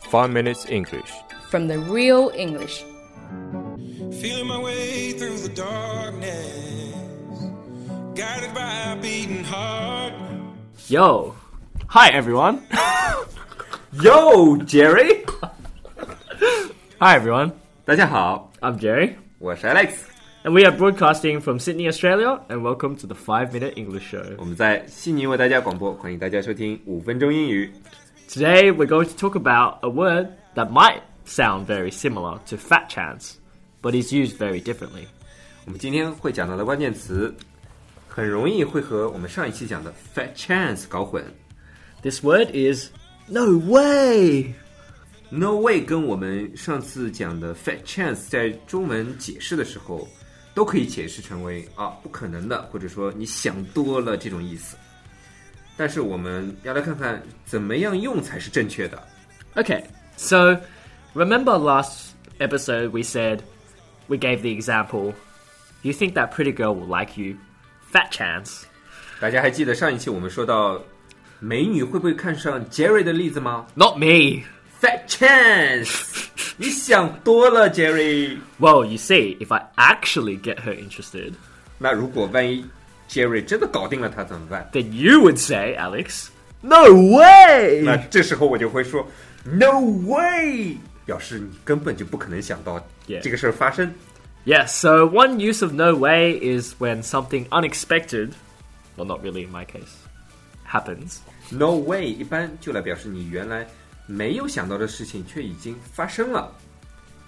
Five Minutes English. from the real English. Feeling my way through the darkness, guided by a beating heart. Yo, hi everyone. Yo, Jerry. Hi everyone. 大家好， I'm Jerry, 我是 Alex。 and we are broadcasting from Sydney, Australia, and welcome to the Five Minute 我 English Show. 们在悉尼为大家广播，欢迎大家收听五分钟英语。 Today we're going to talk about a word that might sound very similar to fat chance, but is used very differently. 我们今天会讲到的关键词，很容易会和我们上一期讲的 fat chance 搞混。 This word is no way. No way 跟我们上次讲的 fat chance 在中文解释的时候，都可以解释成为啊不可能的，或者说你想多了这种意思。但是我们要来看看怎么样用才是正确的。 Okay, so remember last episode we said we gave the example. You think that pretty girl will like you? Fat chance. 大家还记得上一期我们说到美女会不会看上 Jerry 的例子吗 Not me. ？Fat chance，你想多了，Jerry。 Well, you see, if I actually get her interested, 那如果万一 Jerry 真的搞定了她怎么办？ then you would say, Alex, no way! 那这时候我就会说 “No way”，表示你根本就不可能想到 Yeah. 这个事儿发生。 yeah, so one use of no way is when something unexpected, well, not really in my case, happens. “No way” 一般就来表示你原来没有想到的事情却已经发生了，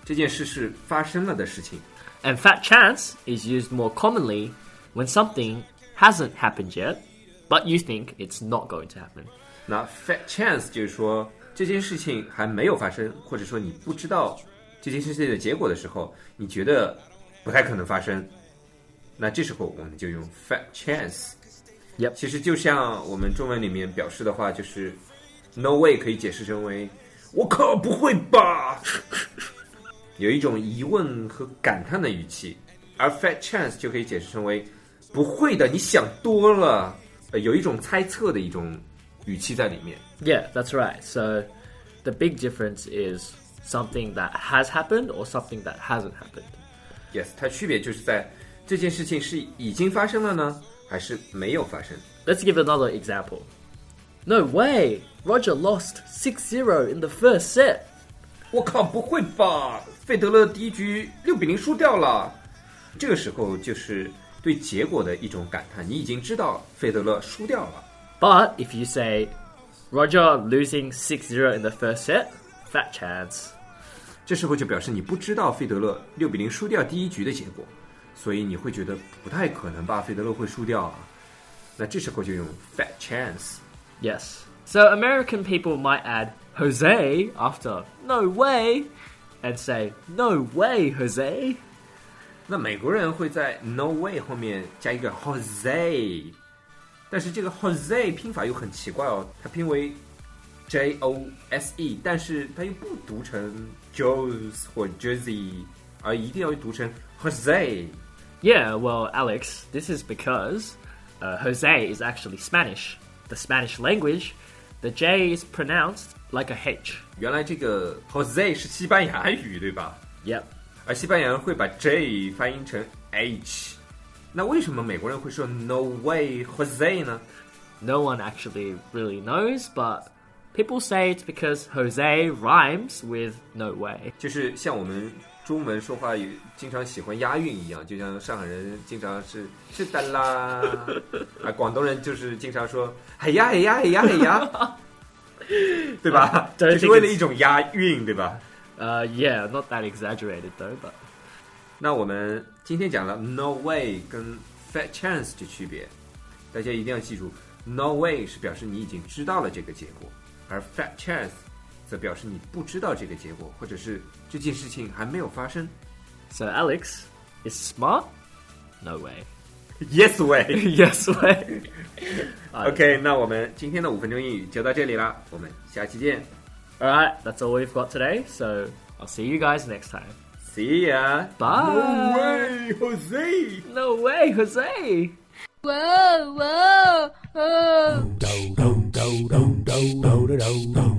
这件事是发生了的事情。 And fat chance is used more commonly when something hasn't happened yet, but you think it's not going to happen. 那 “fat chance” 就是说这件事情还没有发生，或者说你不知道这件事情的结果的时候，你觉得不太可能发生。那这时候我们就用 “fat chance”。 Yep. 其实就像我们中文里面表示的话，就是 “no way” 可以解释成为“我靠，不会吧”，有一种疑问和感叹的语气；而 “fat chance” 就可以解释成为“不会的，你想多了”，呃，有一种猜测的一种语气在里面。 Yeah, that's right. So the big difference is something that has happened or something that hasn't happened. Yes，它区别就是在这件事情是已经发生了呢，还是没有发生。 Let's give another example. No way! Roger lost 6 0 in the first set. 我靠，不会吧？费德勒第一局六比零输掉了。这个时候就是对结果的一种感叹，你已经知道费德勒输掉了。 But if you say Roger losing 6 0 in the first set, fat chance. 这时候就表示你不知道费德勒六比零输掉第一局的结果，所以你会觉得不太可能吧？费德勒会输掉啊？那这时候就用 fat chance。 Yes. So American people might add Jose after no way and say no way Jose. 那美国人会在 no way 后面加一个 Jose，但是这个 Jose 拼法又很奇怪哦，它拼为 J O S E，但是它又不读成 Joes 或 Jersey，而一定要读成 Jose。 Yeah, well, Alex, this is because uh, Jose is actually Spanish. The Spanish language, the J is pronounced like a H. 原来这个 Jose 是西班牙语对吧？ Yep. 而西班牙人会把 J 发音成 H，那为什么美国人会说 No way Jose 呢？ No one actually really knows, but people say it's because Jose rhymes with no way. 就是像我们中文说话有经常喜欢押韵一样，就像上海人经常是是的 啦，啊，广东人就是经常说哎呀哎呀哎呀哎 呀，对吧？对啊就是为了一种押韵，对吧？ Uh, yeah, not that exaggerated though, but 那我们今天讲了 no way 跟 fat chance 的区别，大家一定要记住，no way 是表示你已经知道了这个结果，而 fat chance 则表示你不知道这个结果，或者是这件事情还没有发生。 so Alex is smart. No way. Yes way。 yes way. OK，那我们今天的五分钟英语就到这里啦，我们下期见 All right, that's all we've got today. So I'll see you guys next time. ，See ya， Bye. Jose。 No way, Jose. Whoa, whoa, whoa. do do do do do do do do